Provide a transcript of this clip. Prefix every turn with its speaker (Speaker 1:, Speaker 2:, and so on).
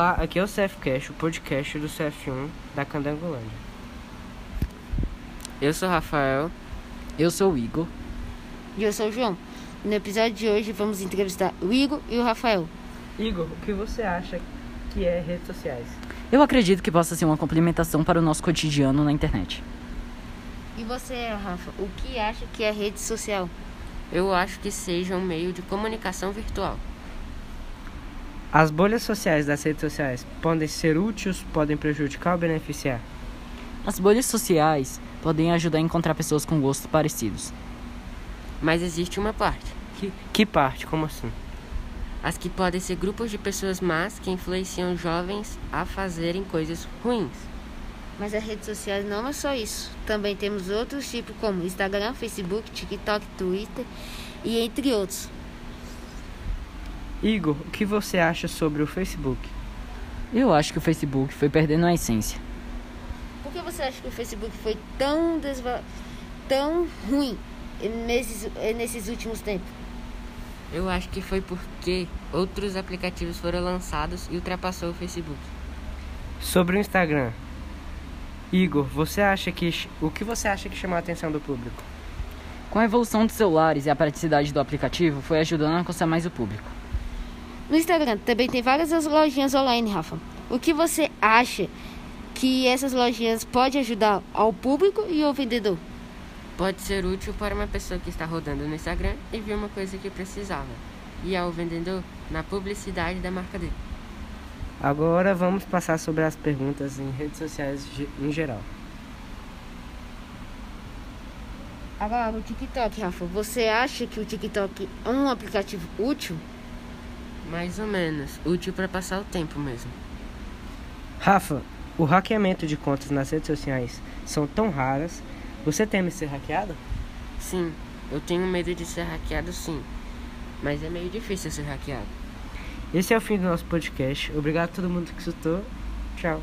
Speaker 1: Olá, aqui é o CFcast, o podcast do CF1 da Candangolândia.
Speaker 2: Eu sou o Rafael. Eu sou o Igor.
Speaker 3: E eu sou o João. No episódio de hoje vamos entrevistar o Igor e o Rafael.
Speaker 1: Igor, o que você acha que é redes sociais?
Speaker 2: Eu acredito que possa ser uma complementação para o nosso cotidiano na internet.
Speaker 3: E você, Rafa, o que acha que é rede social?
Speaker 4: Eu acho que seja um meio de comunicação virtual.
Speaker 1: As bolhas sociais das redes sociais podem ser úteis, podem prejudicar ou beneficiar?
Speaker 2: As bolhas sociais podem ajudar a encontrar pessoas com gostos parecidos.
Speaker 4: Mas existe uma parte,
Speaker 1: Que, que parte? Como assim?
Speaker 4: as que podem ser grupos de pessoas más que influenciam jovens a fazerem coisas ruins.
Speaker 3: Mas as redes sociais não é só isso. Também temos outros tipos como Instagram, Facebook, TikTok, Twitter e entre outros.
Speaker 1: Igor, o que você acha sobre o Facebook?
Speaker 2: Eu acho que o Facebook foi perdendo a essência.
Speaker 3: Por que você acha que o Facebook foi tão desva... tão ruim nesses, nesses últimos tempos?
Speaker 4: Eu acho que foi porque outros aplicativos foram lançados e ultrapassou o Facebook.
Speaker 1: Sobre o Instagram? Igor, você acha que ch- o que você acha que chamou a atenção do público?
Speaker 2: Com a evolução dos celulares e a praticidade do aplicativo, foi ajudando a alcançar mais o público.
Speaker 3: No Instagram também tem várias as lojinhas online, Rafa. O que você acha que essas lojinhas podem ajudar ao público e ao vendedor?
Speaker 4: Pode ser útil para uma pessoa que está rodando no Instagram e viu uma coisa que precisava, e ao vendedor na publicidade da marca dele.
Speaker 1: Agora vamos passar sobre as perguntas em redes sociais ge- em geral.
Speaker 3: Agora, o TikTok, Rafa, você acha que o TikTok é um aplicativo útil?
Speaker 4: Mais ou menos, útil para passar o tempo mesmo.
Speaker 1: Rafa, o hackeamento de contas nas redes sociais são tão raras. Você teme ser hackeado?
Speaker 4: Sim, eu tenho medo de ser hackeado sim, mas é meio difícil ser hackeado.
Speaker 1: Esse é o fim do nosso podcast. Obrigado a todo mundo que escutou. Tchau.